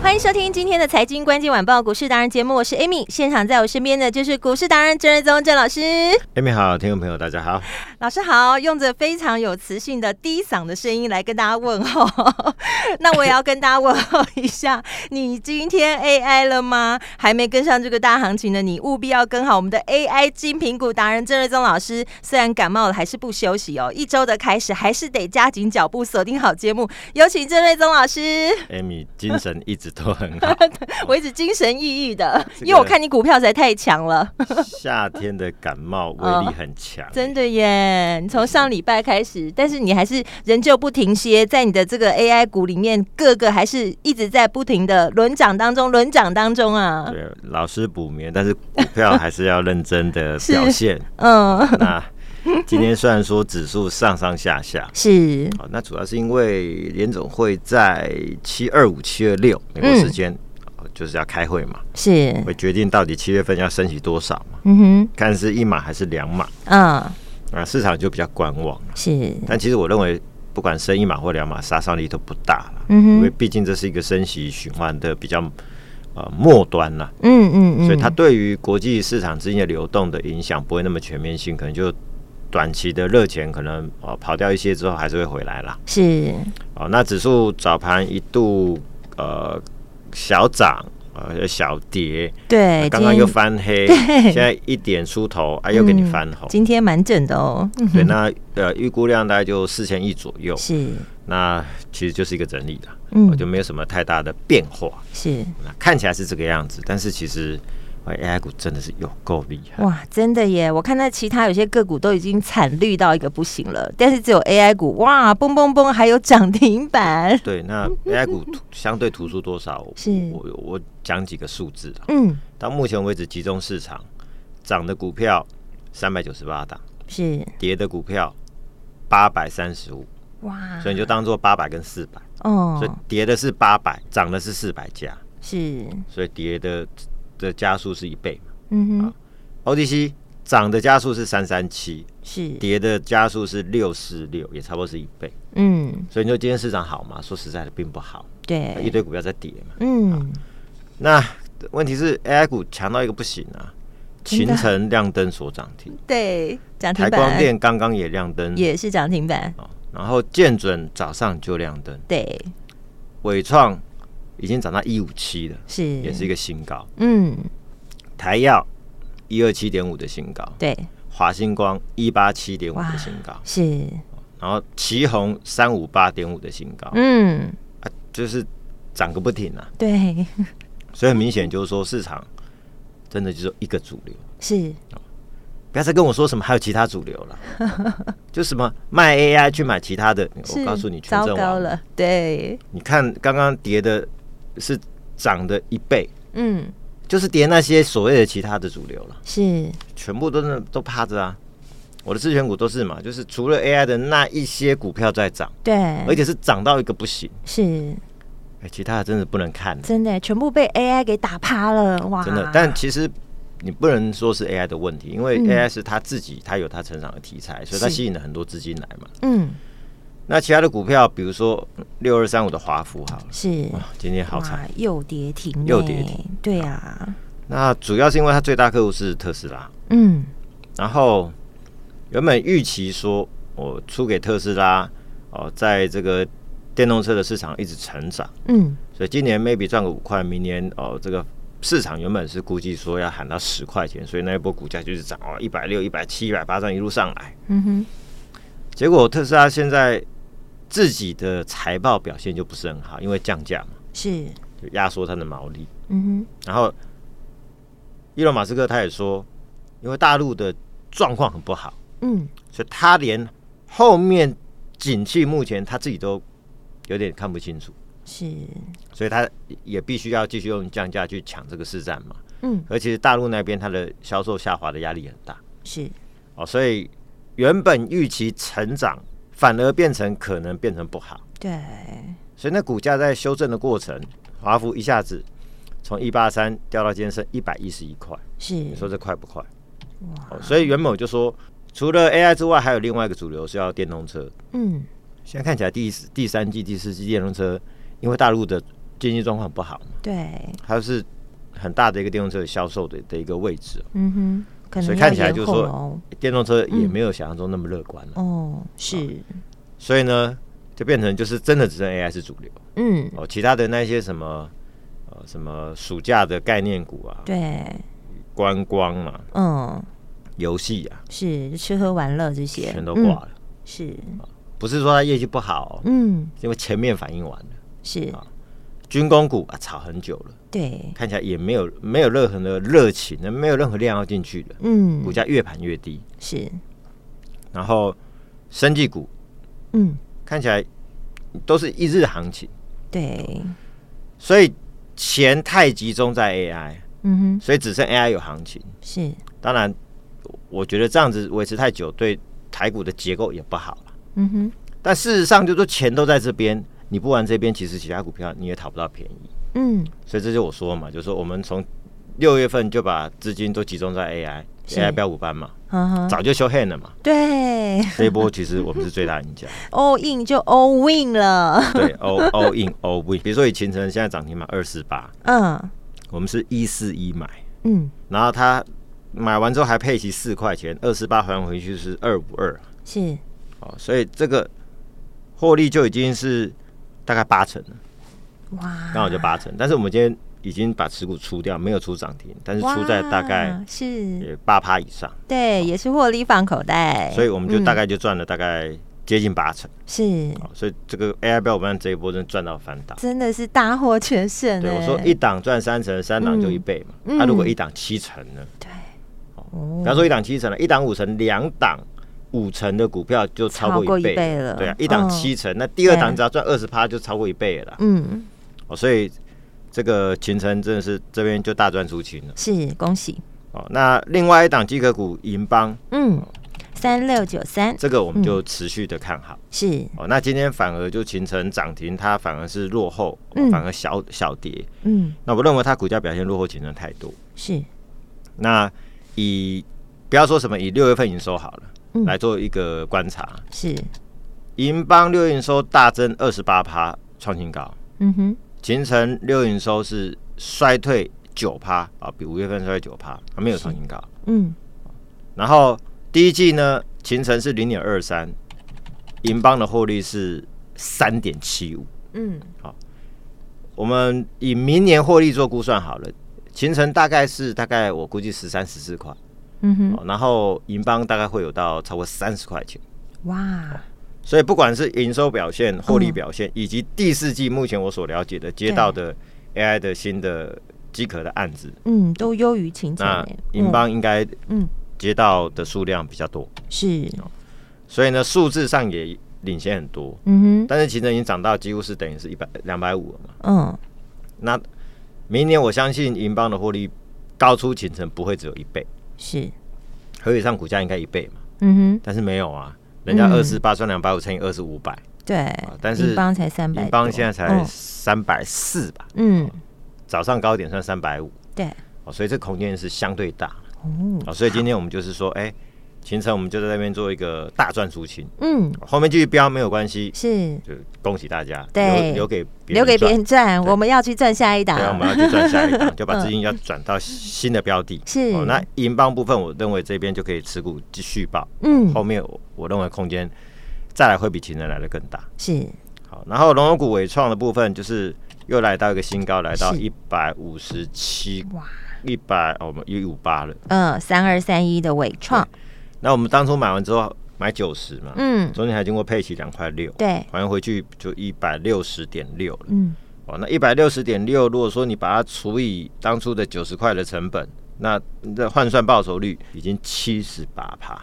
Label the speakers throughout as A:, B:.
A: 欢迎收听今天的财经关键晚报股市达人节目，我是 Amy，现场在我身边的就是股市达人郑瑞宗郑老师。
B: Amy 好，听众朋友大家好。
A: 老师好，用着非常有磁性的低嗓的声音来跟大家问候。 那我也要跟大家问候一下，你今天 AI 了吗？还没跟上这个大行情的你，务必要跟好我们的 AI 金苹股达人郑瑞宗老师。虽然感冒了，还是不休息哦。一周的开始，还是得加紧脚步，锁定好节目。有请郑瑞宗老师。
B: Amy 精神一直都很 好，
A: 我一直精神奕奕的，
B: 这个
A: 因为我看你股票实在太强 了，
B: 夏天的感冒威力很强、
A: 哦真的耶！你从上礼拜开始，但是你还是仍旧不停歇，在你的这个 AI 股里面，各个还是一直在不停的轮涨当中，轮涨当中啊，
B: 对，老师补眠，但是股票还是要认真的
A: 是
B: 表现。
A: 嗯，
B: 那今天虽然说指数上上下下，
A: 是，
B: 好，那主要是因为联总会在七二五、七二六美国时间、
A: 嗯
B: 哦就是要开会嘛，
A: 是，
B: 会决定到底七月份要升息多少嘛，
A: 嗯
B: 看是一码还是两码
A: 哼，啊，
B: 啊，市场就比较观望。
A: 是，
B: 但其实我认为，不管升一码或两码，杀伤力都不大了，
A: 嗯哼
B: 因为毕竟这是一个升息循环的比较呃末端了，
A: 嗯嗯嗯，
B: 所以它对于国际市场资金的流动的影响不会那么全面性，可能就短期的热钱可能呃跑掉一些之后还是会回来啦。
A: 是，
B: 哦，那指数早盘一度呃小涨。呃，小跌，
A: 对，
B: 刚刚
A: 哎今
B: 又
A: 天
B: 翻黑，
A: 对
B: 现在一点出头，啊，又给你
A: 嗯
B: 翻红，
A: 今天蛮正的哦，嗯
B: 对，那呃，预估量大概就四千亿左右，
A: 是，
B: 那其实就是一个整理的，哦
A: 嗯
B: 我就没有什么太大的变化。
A: 是，
B: 那看起来是这个样子，但是其实呃 AI 股真的是有够厉害。
A: 哇，真的耶！我看到其他有些个股都已经惨绿到一个不行了，但是只有 AI 股哇，嘣嘣嘣，还有涨停板。
B: 对，那
A: 嗯
B: AI 股突相对突出多少？
A: 是
B: 我我讲几个数字啦
A: 嗯，
B: 到目前为止，集中市场涨的股票三百九十八档，
A: 是
B: 跌的股票八百三十五，
A: 哇，
B: 所以你就当做八百跟四百，所以
A: 啊哦，
B: 跌的是八百，涨的是四百家，
A: 是，
B: 所以跌的的加速是一倍嘛。
A: 嗯
B: 啊
A: 哼，
B: OTC 涨的加速是三三七，
A: 是，
B: 跌的加速是六四六，也差不多是一倍。
A: 嗯，
B: 所以你说今天市场好吗？说实在的，并不好，啊一啊
A: 对，
B: 堆股票在跌嘛。
A: 嗯，
B: 那问题是 AI 股强到一个不行啊，
A: 真的
B: 秦城亮灯所涨停，
A: 对，涨停
B: 台光
A: 板
B: 电刚刚也亮灯
A: 也是涨停板，
B: 哦然后建准早上就亮灯，
A: 对，
B: 伟创已经涨到一五七了，
A: 是，
B: 也是一个新高。
A: 嗯，
B: 台药一二七点五的新高，
A: 对，
B: 华星光一八七点五
A: 哇
B: 的新高，
A: 是，
B: 然后旗宏三五八点五的新高，
A: 嗯，
B: 啊，就是涨个不停啊。
A: 对，
B: 所以很明显就是说，市场真的就是一个主流，
A: 是，
B: 不要再跟我说什么还有其他主流了， 就什么卖 AI 去买其他的。
A: 是
B: 我告诉你，全
A: 糟
B: 阵
A: 糕
B: 亡。
A: 了，对，
B: 你看刚刚跌的是涨的一倍，
A: 嗯，
B: 就是跌那些所谓的其他的主流了，
A: 是，
B: 全部都是都趴着啊。我的自选股都是嘛，就是除了 AI 的那一些股票在涨，
A: 对
B: 而，且是涨到一个不行，
A: 是。
B: 哎，其他的真的不能看了，
A: 真的全部被 AI 给打趴了，哇！
B: 真的。但其实你不能说是 AI 的问题，因为
A: 嗯
B: AI 是它自己，它有它成长的题材，所以它
A: 是
B: 吸引了很多资金来嘛。
A: 嗯，
B: 那其他的股票，比如说六二三五的华孚好了，
A: 是
B: 哇，今天好惨
A: 哇。，又跌停呢，
B: 又跌停
A: 对啊，
B: 那主要是因为它最大客户是特斯拉，
A: 嗯，
B: 然后原本预期说我出给特斯拉哦，在这个电动车的市场一直成长，
A: 嗯，
B: 所以今年 maybe 赚个五块，明年哦这个市场原本是估计说要喊到十块钱，所以那一波股价就是涨哦一百六、一百七、一百八这样一路上来。
A: 嗯哼，
B: 结果特斯拉现在自己的财报表现就不是很好，因为降价嘛，
A: 是，
B: 就压缩它的毛利，
A: 嗯
B: 然后伊隆马斯克他也说，因为大陆的状况很不好，
A: 嗯，
B: 所以他连后面景气目前他自己都有点看不清楚，
A: 是，
B: 所以他也必须要继续用降价去抢这个市占嘛。
A: 嗯，
B: 而其实大陆那边它的销售下滑的压力很大
A: 是，
B: 哦，所以原本预期成长，反而变成可能变成不好。
A: 对，
B: 所以那股价在修正的过程，华孚一下子从一八三掉到今天剩一百一十一块，
A: 是
B: 你，说这快不快？哦所以原本我就说，除了 AI 之外，还有另外一个主流是要电动车。
A: 嗯，
B: 现在看起来第四第三季、第四季电动车，因为大陆的经济状况不好嘛，
A: 对，
B: 它是很大的一个电动车的销售的的一个位置，
A: 嗯哼，可能
B: 所以
A: 要
B: 看起来
A: 延
B: 就是
A: 后
B: 说
A: 了哦，
B: 电动车也没有想象中那么乐观了。
A: 哦，是，
B: 啊所以呢，就变成就是真的只剩 AI 是主流
A: 嗯，
B: 哦，其他的那些什么呃什么暑假的概念股啊，
A: 对，
B: 观光啊、
A: 嗯，
B: 游戏啊，
A: 是吃喝玩乐这些
B: 全都挂
A: 嗯
B: 了。啊
A: 是，
B: 不是说它业绩不好哦，
A: 嗯，
B: 因为前面反应完了。
A: 是，
B: 啊军工股啊，炒很久了，
A: 对，
B: 看起来也没有没有任何的热情，没有任何量要进去的，
A: 嗯
B: 股，价越盘越低。
A: 是，
B: 然后，生技股
A: 嗯，
B: 看起来都是一日行情，
A: 对，
B: 所以钱太集中在 AI，
A: 嗯哼，
B: 所以只剩 AI 有行情。
A: 是，
B: 当然，我我觉得这样子维持太久，对台股的结构也不好了。
A: 嗯哼，
B: 但事实上，就是说钱都在这边，你不玩这边，其实其他股票你也讨不到便宜。
A: 嗯，
B: 所以这就我说嘛，就是说我们从六月份就把资金都集中在 AI
A: 是
B: AI 标股班嘛，
A: 哈哈，
B: 早就修 hand 了 嘛。
A: 嗯对
B: 这一波其实我们是最大赢家，
A: ，all in 就 all win 了，
B: 对，all all in all win。比如说以秦城现在涨停嘛二四八，
A: 嗯
B: 我们是一四一买，
A: 嗯，
B: 然后它买完之后还配齐四块钱，二四八还回去是二五二，
A: 是，
B: 哦，所以这个获利就已经是大概八成了，
A: 哇，
B: 刚好就八成。但是我们今天已经把持股出掉，没有出涨停，但是出在大概
A: 哇是，
B: 也八趴以上，
A: 对，也是获利放口袋，
B: 所以我们就
A: 嗯
B: 大概就赚了大概接近八成。
A: 是
B: 哦，所以这个 AI 标股班这一波真的赚到翻档。
A: 真的是大获全胜
B: 对，
A: 哎，
B: 我说一档赚三成，三档就一倍嘛。那、
A: 嗯嗯
B: 如果一档七成呢？
A: 对，哦
B: 比方说一档七成了，一档五成，两档五成的股票就超
A: 超过
B: 过
A: 一
B: 一倍
A: 倍了
B: 对啊，一档
A: 嗯
B: 七成，那第二档
A: 对
B: 只要赚二十趴就超过一倍了啦。
A: 嗯，
B: 哦，所以这个秦城真的是这边就大赚出勤了。
A: 是恭喜，
B: 哦，那另外一档机壳股银邦，
A: 嗯，三六九三
B: 这个我
A: 嗯
B: 们就持续的看好。
A: 是，
B: 哦，那今天反而就秦城涨停，它反而是落后，哦
A: 嗯
B: 反而小小跌。
A: 嗯
B: 那我认为它股价表现落后秦城太多。
A: 是，
B: 那以不要说什么以六月份营收好了，
A: 嗯
B: 来做一个观察，
A: 是，
B: 银邦六月营收大增二十八趴，创新高。
A: 嗯哼，
B: 秦城六月营收是衰退九趴啊，比五月份衰退九趴，还没有创新高。
A: 嗯
B: 然后第一季呢，秦城是零点二三，银邦的获利是三点七五。
A: 嗯
B: 我们以明年获利做估算好了，秦城大概是大概我估计十三十四块，
A: 嗯哼，
B: 哦然后银邦大概会有到超过三十块钱。哦
A: 哇，
B: 所以不管是营收表现、获利表
A: 嗯
B: 现，以及第四季目前我所了解的接到的 AI 的新的机壳的案子，
A: 嗯，都优于秦城
B: 那
A: 哎，
B: 银
A: 嗯
B: 邦应该
A: 嗯
B: 接到的数量比较多，
A: 是，
B: 哦所以呢数字上也领先很多。
A: 嗯哼，
B: 但是其实已经涨到几乎是等于是一百两百五了嘛。
A: 嗯
B: 那明年我相信银邦的获利高出秦城不会只有一倍，
A: 是，
B: 合理上股价应该一倍嘛，
A: 嗯哼，
B: 但是没有啊，人家
A: 嗯
B: 二十八算两百五乘以二是五百，
A: 对，
B: 啊但是
A: 银邦才三百，
B: 银邦现在才
A: 嗯
B: 三百四吧，
A: 嗯，
B: 早上高点算三百五，
A: 对，
B: 哦，所以这空间是相对大
A: 哦，
B: 哦，所以今天我们就是说，哎、秦城我们就在那边做一个大赚出清，
A: 嗯
B: 后面继续飙没有关系，
A: 是。
B: 就恭喜大家，
A: 对
B: 留留给别
A: 留给别
B: 赚，
A: 人赚，
B: 对
A: 我们要去赚下一档
B: 对。啊，我们要去赚下一档，就把资金要转到新的标的。
A: 是
B: 哦，那银邦部分，我认为这边就可以持股继续报，
A: 嗯
B: 后面我我认为空间再来会比秦城来的更大。
A: 是，
B: 好，然后龙头股伟创的部分就是又来到一个新高，来到
A: 是
B: 一百五十七
A: 哇，
B: 一百，哦我们一五八了。
A: 嗯，三二三一的伟创，
B: 那我们当初买完之后买九十嘛，
A: 嗯，
B: 中间还经过配齐两块六，
A: 对，
B: 还回去就一百六十点六了。
A: 嗯，
B: 哦，那一百六十点六，如果说你把它除以当初的九十块的成本，那你的换算报酬率已经七十八趴，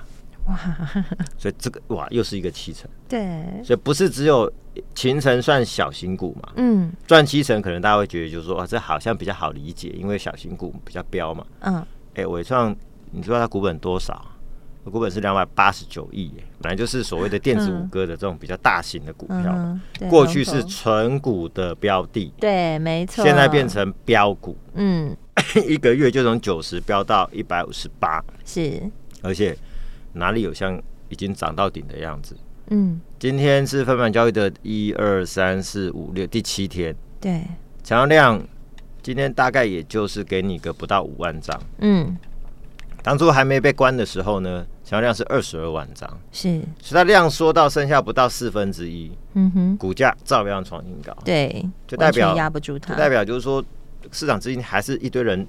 A: 哇，
B: 所以这个哇又是一个七成，
A: 对，
B: 所以不是只有秦城算小型股嘛，
A: 嗯
B: 赚七成可能大家会觉得就是说哇这好像比较好理解，因为小型股比较标嘛。
A: 嗯，
B: 哎、伟创，你知道它股本多少？股本是两百八十九亿耶，本来就是所谓的电子五哥的这种比较大型的股票嘛，
A: 嗯哼
B: 过去是
A: 对龙头
B: 纯股的标的，
A: 对，没错，
B: 现在变成标股，
A: 嗯
B: 一个月就从九十飙到一百五十八，
A: 是
B: 而且哪里有像已经涨到顶的样子？
A: 嗯
B: 今天是分盘交易的一二三四五六第七天，
A: 对
B: 成交量今天大概也就是给你个不到五万张，
A: 嗯
B: 当初还没被关的时候呢，成交量是二十二万张。
A: 是
B: 所以它量缩到剩下不到四分之一，
A: 嗯哼
B: 股价照样创新高，
A: 对，
B: 就
A: 完
B: 代表
A: 全压不住它，
B: 就代表就是说市场资金还是一堆人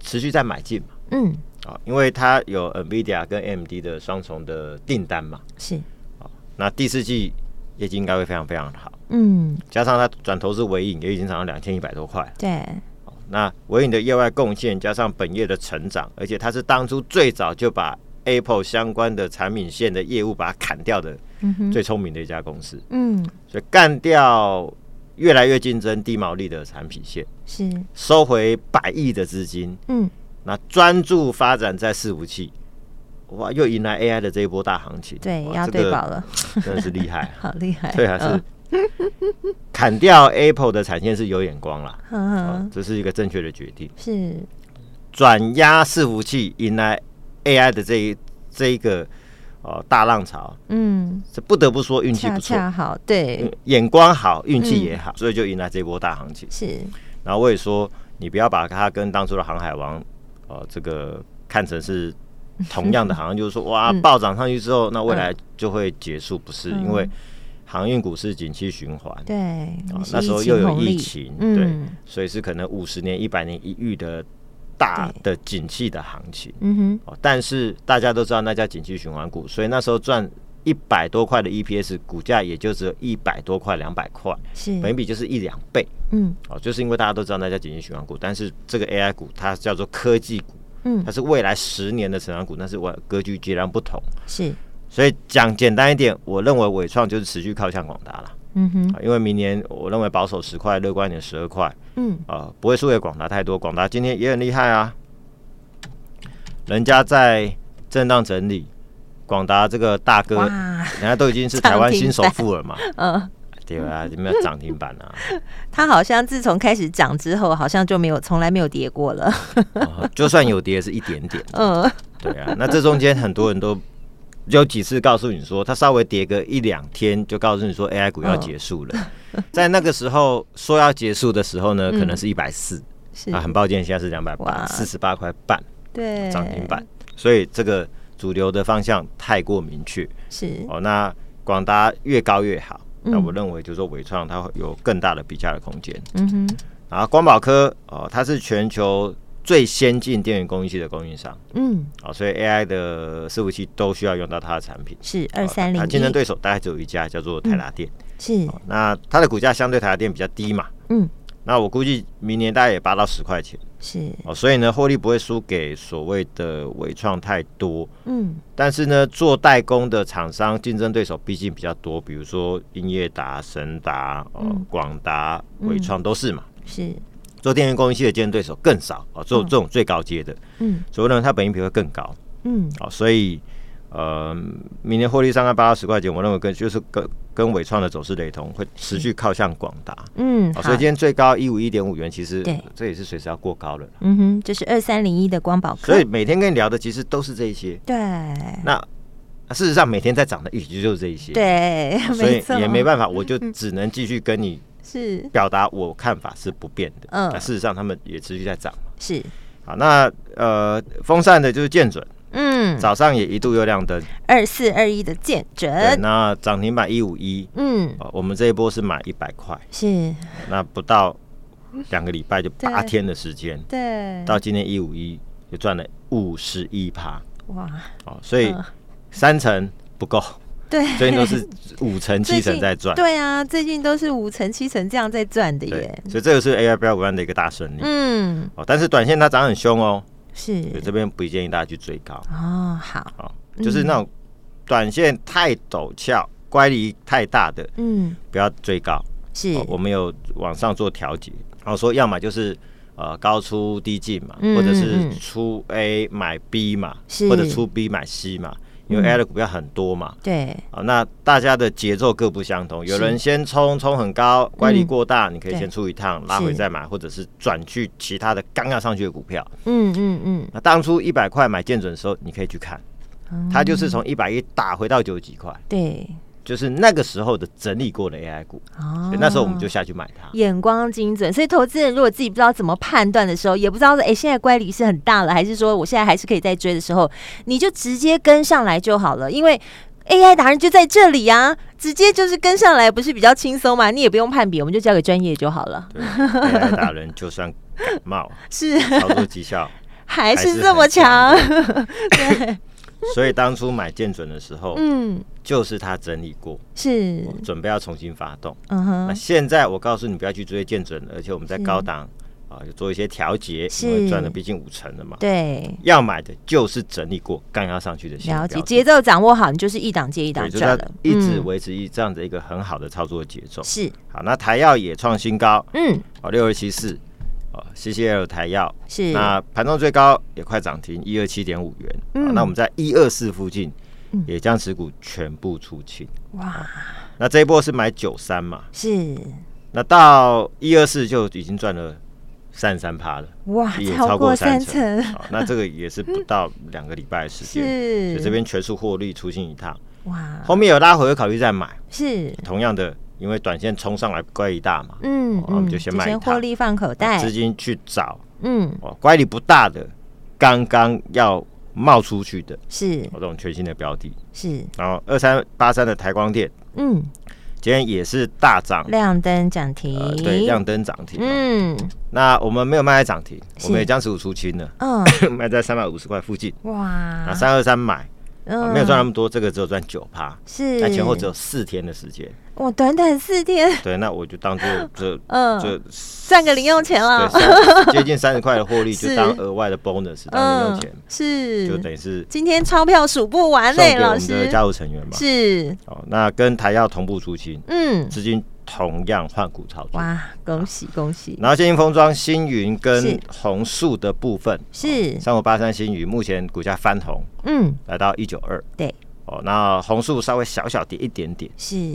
B: 持续在买进嘛，
A: 嗯
B: 啊，因为它有 NVIDIA 跟 AMD 的双重的订单嘛，
A: 是
B: 那第四季业绩应该会非常非常好，
A: 嗯
B: 加上它转投资尾影也已经涨到两千一百多块了，
A: 对
B: 哦那尾影的业外贡献加上本业的成长，而且它是当初最早就把 Apple 相关的产品线的业务把它砍掉的
A: 嗯哼
B: 最聪明的一家公司。
A: 嗯
B: 所以干掉越来越竞争低毛利的产品线，
A: 是
B: 收回百亿的资金，
A: 嗯
B: 那专注发展在伺服器。哇，又迎来 AI 的这一波大行情，
A: 对
B: 哇
A: 要对饱，了，。
B: 这 个真的是厉害
A: 好厉害，
B: 对啊，
A: 嗯
B: 是砍掉 Apple 的产线是有眼光啦，
A: 呵
B: 啊
A: 呵，
B: 这是一个正确的决定。
A: 是，
B: 转压伺服器迎来 AI 的这一这一个哦大浪潮，
A: 嗯，
B: 这不得不说运气
A: 恰
B: 不错，
A: 恰嗯好，对，
B: 嗯眼光好，运气也好，所以就迎来这波大行情。
A: 是，
B: 然后我也说，你不要把它跟当初的航海王，呃，这个看成是同样的，好像就是说，哇，暴涨上去之后，那未来就会结束，不是？因为航运股是景气循环，
A: 对，
B: 啊
A: 是
B: 那时候
A: 疫
B: 又
A: 情
B: 有
A: 红
B: 疫
A: 利
B: 情，对，
A: 嗯
B: 所以是可能五十年、一百年一遇的大的景气的行情。
A: 嗯哼，
B: 哦，但是大家都知道那叫景气循环股，所以那时候赚一百多块的 EPS，股价也就只有一百多块、两百块，本
A: 是，
B: 比就是一两倍。
A: 嗯
B: 哦，就是因为大家都知道那叫景气循环股，但是这个 AI 股它叫做科技股，
A: 嗯
B: 它是未来十年的成长股，那是我格局截然不同。
A: 是，
B: 所以讲简单一点，我认为伟创就是持续靠向广达啦，
A: 嗯哼，
B: 啊因为明年我认为保守十块，乐观一点十二块，
A: 嗯
B: 啊，不会输给广达太多。广达今天也很厉害啊，人家在震荡整理，广达这个大哥，人
A: 哇，
B: 家都已经是台湾新首
A: 涨停
B: 富了嘛，
A: 嗯，
B: 对啊，有没有涨停板啊？
A: 它好像自从开始涨之后，好像就没有从来没有跌过了，
B: 哦就算有跌也是一点点。
A: 嗯，
B: 对啊，那这中间很多人都有几次告诉你说，他稍微跌个一两天，就告诉你说 AI 股
A: 嗯
B: 要结束了。在那个时候说要结束的时候呢，可能是一百四
A: 嗯是
B: 啊，，很抱歉，现在是两百八
A: 哇，哎
B: 四十八块半
A: 对，
B: 涨停板。所以这个主流的方向太过明确
A: 是，
B: 哦。那广达越高越好，那
A: 嗯
B: 我认为就是说伟创它会有更大的比价的空间。
A: 嗯哼，
B: 然后光宝科哦，它是全球最先进电源供应器的供应商。
A: 嗯
B: 啊，所以 AI 的伺服器都需要用到它的产品。
A: 是
B: 啊
A: 二三零
B: 它
A: 一，嗯
B: 竞争对手哦大概只有一家，叫做台达电。
A: 是，
B: 那它的股价相对台达电比较低嘛，
A: 嗯
B: 那我估计明年大概也八到十块钱
A: 是，
B: 哦，所以呢，获利不会输给所谓的伟创太多。
A: 嗯
B: 但是呢，做代工的厂商竞争对手毕竟比较多，比如说英业达、神达、哦
A: 嗯
B: 广达、伟创都是嘛。
A: 是，
B: 做电源供应器的竞争对手更少哦，做
A: 嗯
B: 这种最高阶的，
A: 嗯
B: 所以呢，它本益比会更高。
A: 嗯
B: 好，哦所以呃，明年获利上看八到十块钱，我认为跟就是跟跟伟创的走势雷同，会持续靠向广达。
A: 嗯，
B: 好，
A: 好
B: 所以，今天最高一五一点五元，其实
A: 对
B: 这也是随时要过高了。
A: 嗯哼，这是二三零一的光宝科
B: 所以，每天跟你聊的其实都是这一些。
A: 对
B: 那那事实上每天在涨的，也就是这一些。，
A: 对，
B: 啊
A: 嗯
B: 所以也没
A: 法，
B: 办法，我就只能继续跟你
A: 是
B: 表达我看法是不变的。
A: 嗯
B: 那事实上他们也持续在涨。
A: 是，
B: 好，那呃，风扇的就是见准，
A: 嗯，
B: 早上也一度又亮灯，
A: 二四二一的见
B: 对，
A: 准，
B: 那涨停板一五一，
A: 嗯，
B: 哦，我们这一波是买一百块，
A: 是
B: 那不到两个礼拜就
A: 对
B: 八天的时间，
A: 对，
B: 到今天一五一就赚了五十一趴
A: 哇，
B: 哦，所以
A: 嗯
B: 三成不够，
A: 对，
B: 最近 都是五成七成在赚，
A: 对啊，最近都是五成七成这样在赚的
B: 对
A: 耶。，
B: 所以这个是 AI 标股的一个大胜利
A: 嗯，
B: 哦。但是短线它涨很凶哦，所以
A: 是
B: 这边不建议大家去追高
A: 哦，好，
B: 哦，就是那种短线太陡峭、乖离太大的，
A: 嗯，
B: 不要追高。
A: 是
B: 哦，我们有往上做调节，然、后说要么就是呃高出低进嘛，
A: 嗯
B: 或者
A: 嗯
B: 是
A: 嗯
B: 出 A 买 B 嘛，
A: 是嗯
B: 或者出 B 买 C 嘛，因为 A 的股票很多嘛。
A: 对，
B: 啊、那大家的节奏各不相同，有
A: 是嗯
B: 人先冲冲很高，乖离过大，你可以
A: 对
B: 先出一趟，拉回
A: 是
B: 再买，或者是转去其他的刚要上去的股票。
A: 嗯嗯嗯，
B: 那当初一百块买建准的时候，你可以去看，
A: 哦
B: 它就是从一百一打回到九十几块，
A: 对，
B: 就是那个时候的整理过的 AI 股，
A: 哦
B: 所以那时候我们就下去买它。
A: 眼光精准，所以投资人如果自己不知道怎么判断的时候，也不知道哎、诶现在乖离是很大了，还是说我现在还是可以再追的时候，你就直接跟上来就好了，因为 AI 达人就在这里啊，直接就是跟上来，不是比较轻松嘛？你也不用判别，我们就交给专业就好了。
B: 对，AI 打人就算感 冒，
A: 是，
B: 操作绩效
A: 还
B: 还
A: 是
B: 是
A: 这么
B: 很强
A: 强
B: 的。所以当初买建准的时候，
A: 嗯，
B: 就是它整理过，
A: 是
B: 我，准备要重新发动。
A: 嗯
B: 那
A: 哼，
B: 现在我告诉你不要去追建准，而且我们在
A: 是
B: 高档啊有做一些调节，
A: 是
B: 因为赚了毕竟五成了嘛。
A: 对，
B: 要买的就是整理过刚要上去的新
A: 了
B: 标
A: 解，
B: 的，
A: 节奏掌握好，你就是一档接一档
B: 对，就是
A: 赚
B: 要
A: 了，
B: 一直
A: 嗯
B: 维持一这样的一个很好的操作节奏。
A: 是，
B: 好，那台药也创新高
A: 嗯，
B: 哦，六二七四哦，CCL 台药
A: 是，
B: 那盘中最高也快涨停一二七点五元、啊
A: 嗯
B: 那我们在一二四附近
A: 嗯
B: 也将持股全部出清。
A: 哇，
B: 那这一波是买九三嘛，
A: 是，
B: 那到一二四就已经赚了三十三趴了，
A: 哇，
B: 也
A: 超
B: 超
A: 过
B: 过
A: 三
B: 三
A: 成
B: 成。。好，那这个也是不到两个礼拜的时间，所
A: 是
B: 以这边全数获利出清一趟，
A: 哇，
B: 后面有拉回会考虑再买。
A: 是
B: 同样的，因为短线冲上来乖离大嘛，
A: 嗯
B: 哦，那我们
A: 嗯
B: 就先卖一
A: 获
B: 趟
A: 利放口
B: 那
A: 袋
B: 资，金去找
A: 嗯，
B: 哦乖离不大的，刚刚要冒出去的
A: 是
B: 哦这种全新的标的。
A: 是，
B: 然后二三八三的台光电
A: 嗯，
B: 今天也是大涨，
A: 亮灯涨停，
B: 呃，对，亮灯涨停。啊
A: 嗯
B: 那我们没有卖在涨停，
A: 是
B: 我们也将持股出清了，
A: 嗯，
B: 卖在三百五十块附近。
A: 哇
B: 啊，，三二三买，啊
A: 嗯
B: 没有赚那么多，这个只有赚九趴，
A: 是，
B: 那前后只有四天的时间。
A: 哇，短短四天，
B: 对，那我就当做这
A: 嗯
B: 这
A: 赚个零用钱了，呃
B: 对，接近三十 块的获利，就是当额外的 bonus 当零用
A: 嗯，
B: 钱，，就是等于是
A: 今天钞票数不完
B: 送
A: 嘞，
B: 给我
A: 老
B: 们的
A: 师
B: 家族成员嘛。
A: 是，
B: 哦，那跟台药同步出清，
A: 嗯，
B: 资金同样换股操作。
A: 哇，恭喜恭喜，
B: 然后现金封装星云
A: 是
B: 跟红树的部分，
A: 是，
B: 三五八三星云目前股价翻红，
A: 嗯，
B: 来到一九二。
A: 对，
B: 哦，那红树稍微小小跌一点点。
A: 是，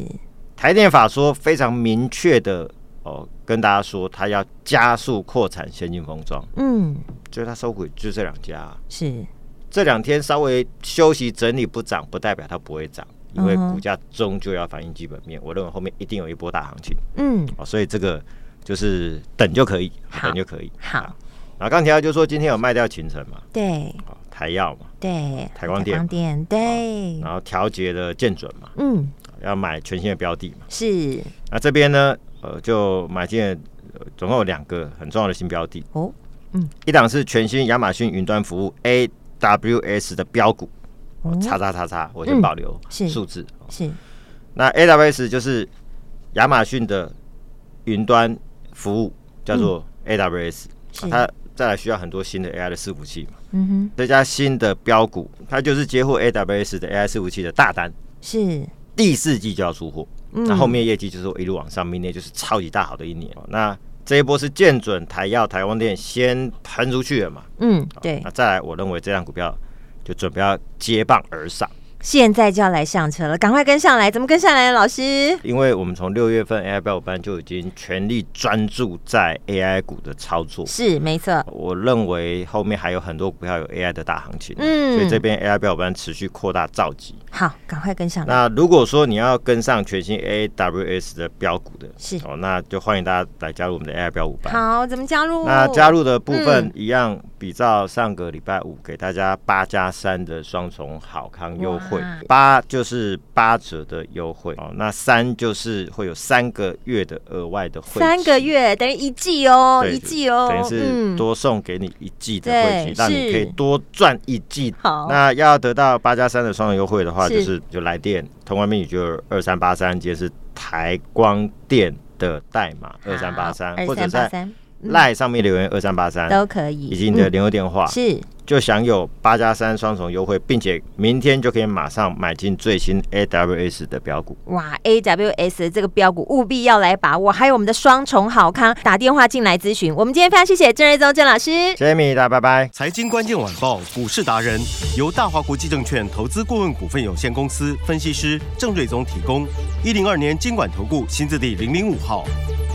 B: 台电法说非常明确的哦，跟大家说它要加速扩产先进封装，
A: 嗯，
B: 就是它收股就这两家啊、
A: 是，
B: 这两天稍微休息整理不涨，不代表它不会涨，因为
A: 嗯哼
B: 股价终究要反映基本面。我认为后面一定有一波大行情
A: 嗯，
B: 哦，所以这个就是等就可以，
A: 好
B: 等就可以。
A: 好，
B: 然后刚提到就说今天有卖掉秦城嘛，
A: 对
B: 哦，台药嘛，
A: 对，
B: 台光啊电嘛
A: 电对，
B: 然后调节了建准嘛，
A: 嗯，
B: 要买全新的标的嘛。
A: 是
B: 那这边呢，呃，就买进了、呃总共有两个很重要的新标的，
A: 哦，
B: 一档是全新亚马逊云端服务 AWS 的标股，哦
A: 哦
B: 叉叉叉叉，我
A: 嗯
B: 先保留
A: 是
B: 数字。哦
A: 是
B: 那 AWS 就是亚马逊的云端服务，叫做 AWS，、
A: 嗯是，
B: 它再来需要很多新的 AI 的伺服器嘛。
A: 嗯
B: 这家新的标股，它就是接获 AWS 的 AI 伺服器的大单，
A: 哼，是，
B: 第四季就要出货，
A: 嗯
B: 那、后面业绩就是一路往上，明年就是超级大好的一年。那这一波是见准台药、台湾店先喷出去了嘛？
A: 嗯，对
B: 那，再来，我认为这张股票就准备要接棒而上，
A: 现在就要来上车了，赶快跟上来，怎么跟上来呢？啊老师，
B: 因为我们从六月份 AI 标股班就已经全力专注在 AI 股的操作。
A: 是没错，
B: 我认为后面还有很多股票有 AI 的大行情，
A: 嗯
B: 所以这边 AI 标股班持续扩大召集。
A: 好，赶快跟上来，
B: 那如果说你要跟上全新 AWS 的标股的，
A: 是
B: 哦，那就欢迎大家来加入我们的 AI 标股班。
A: 好，怎么加入？
B: 那加入的部分
A: 嗯
B: 一样，比照上个礼拜五给大家八加三的双重好康优惠，八就是八折的优惠哦。那三就是会有三个月的额外的惠，
A: 三个月等于一季哦，
B: 对
A: 一季哦，
B: 等于是多送给你一季的会
A: 对
B: 期，让你可
A: 是
B: 以多赚一季。
A: 好
B: 那要得到八加三的双重优惠的话，
A: 是
B: 就是就来电通关密语就二三八三，接是台光电的代码二三八三，或者在
A: 三嗯
B: 赖上面留言二三八三，
A: 都可以，
B: 以及你的
A: 嗯
B: 联络电话，
A: 是
B: 就享有八加三双重优惠，并且明天就可以马上买进最新 AWS 的标股。
A: 哇，AWS 的这个标股务必要来把握，还有我们的双重好康，打电话进来咨询。我们今天非常谢谢郑瑞宗郑老师，
B: 谢谢米大，拜拜。
C: 财经关键晚报股市达人由大华国际证券投资顾问股份有限公司分析师郑瑞宗提供。一零二年经管投顾新字第零零五号。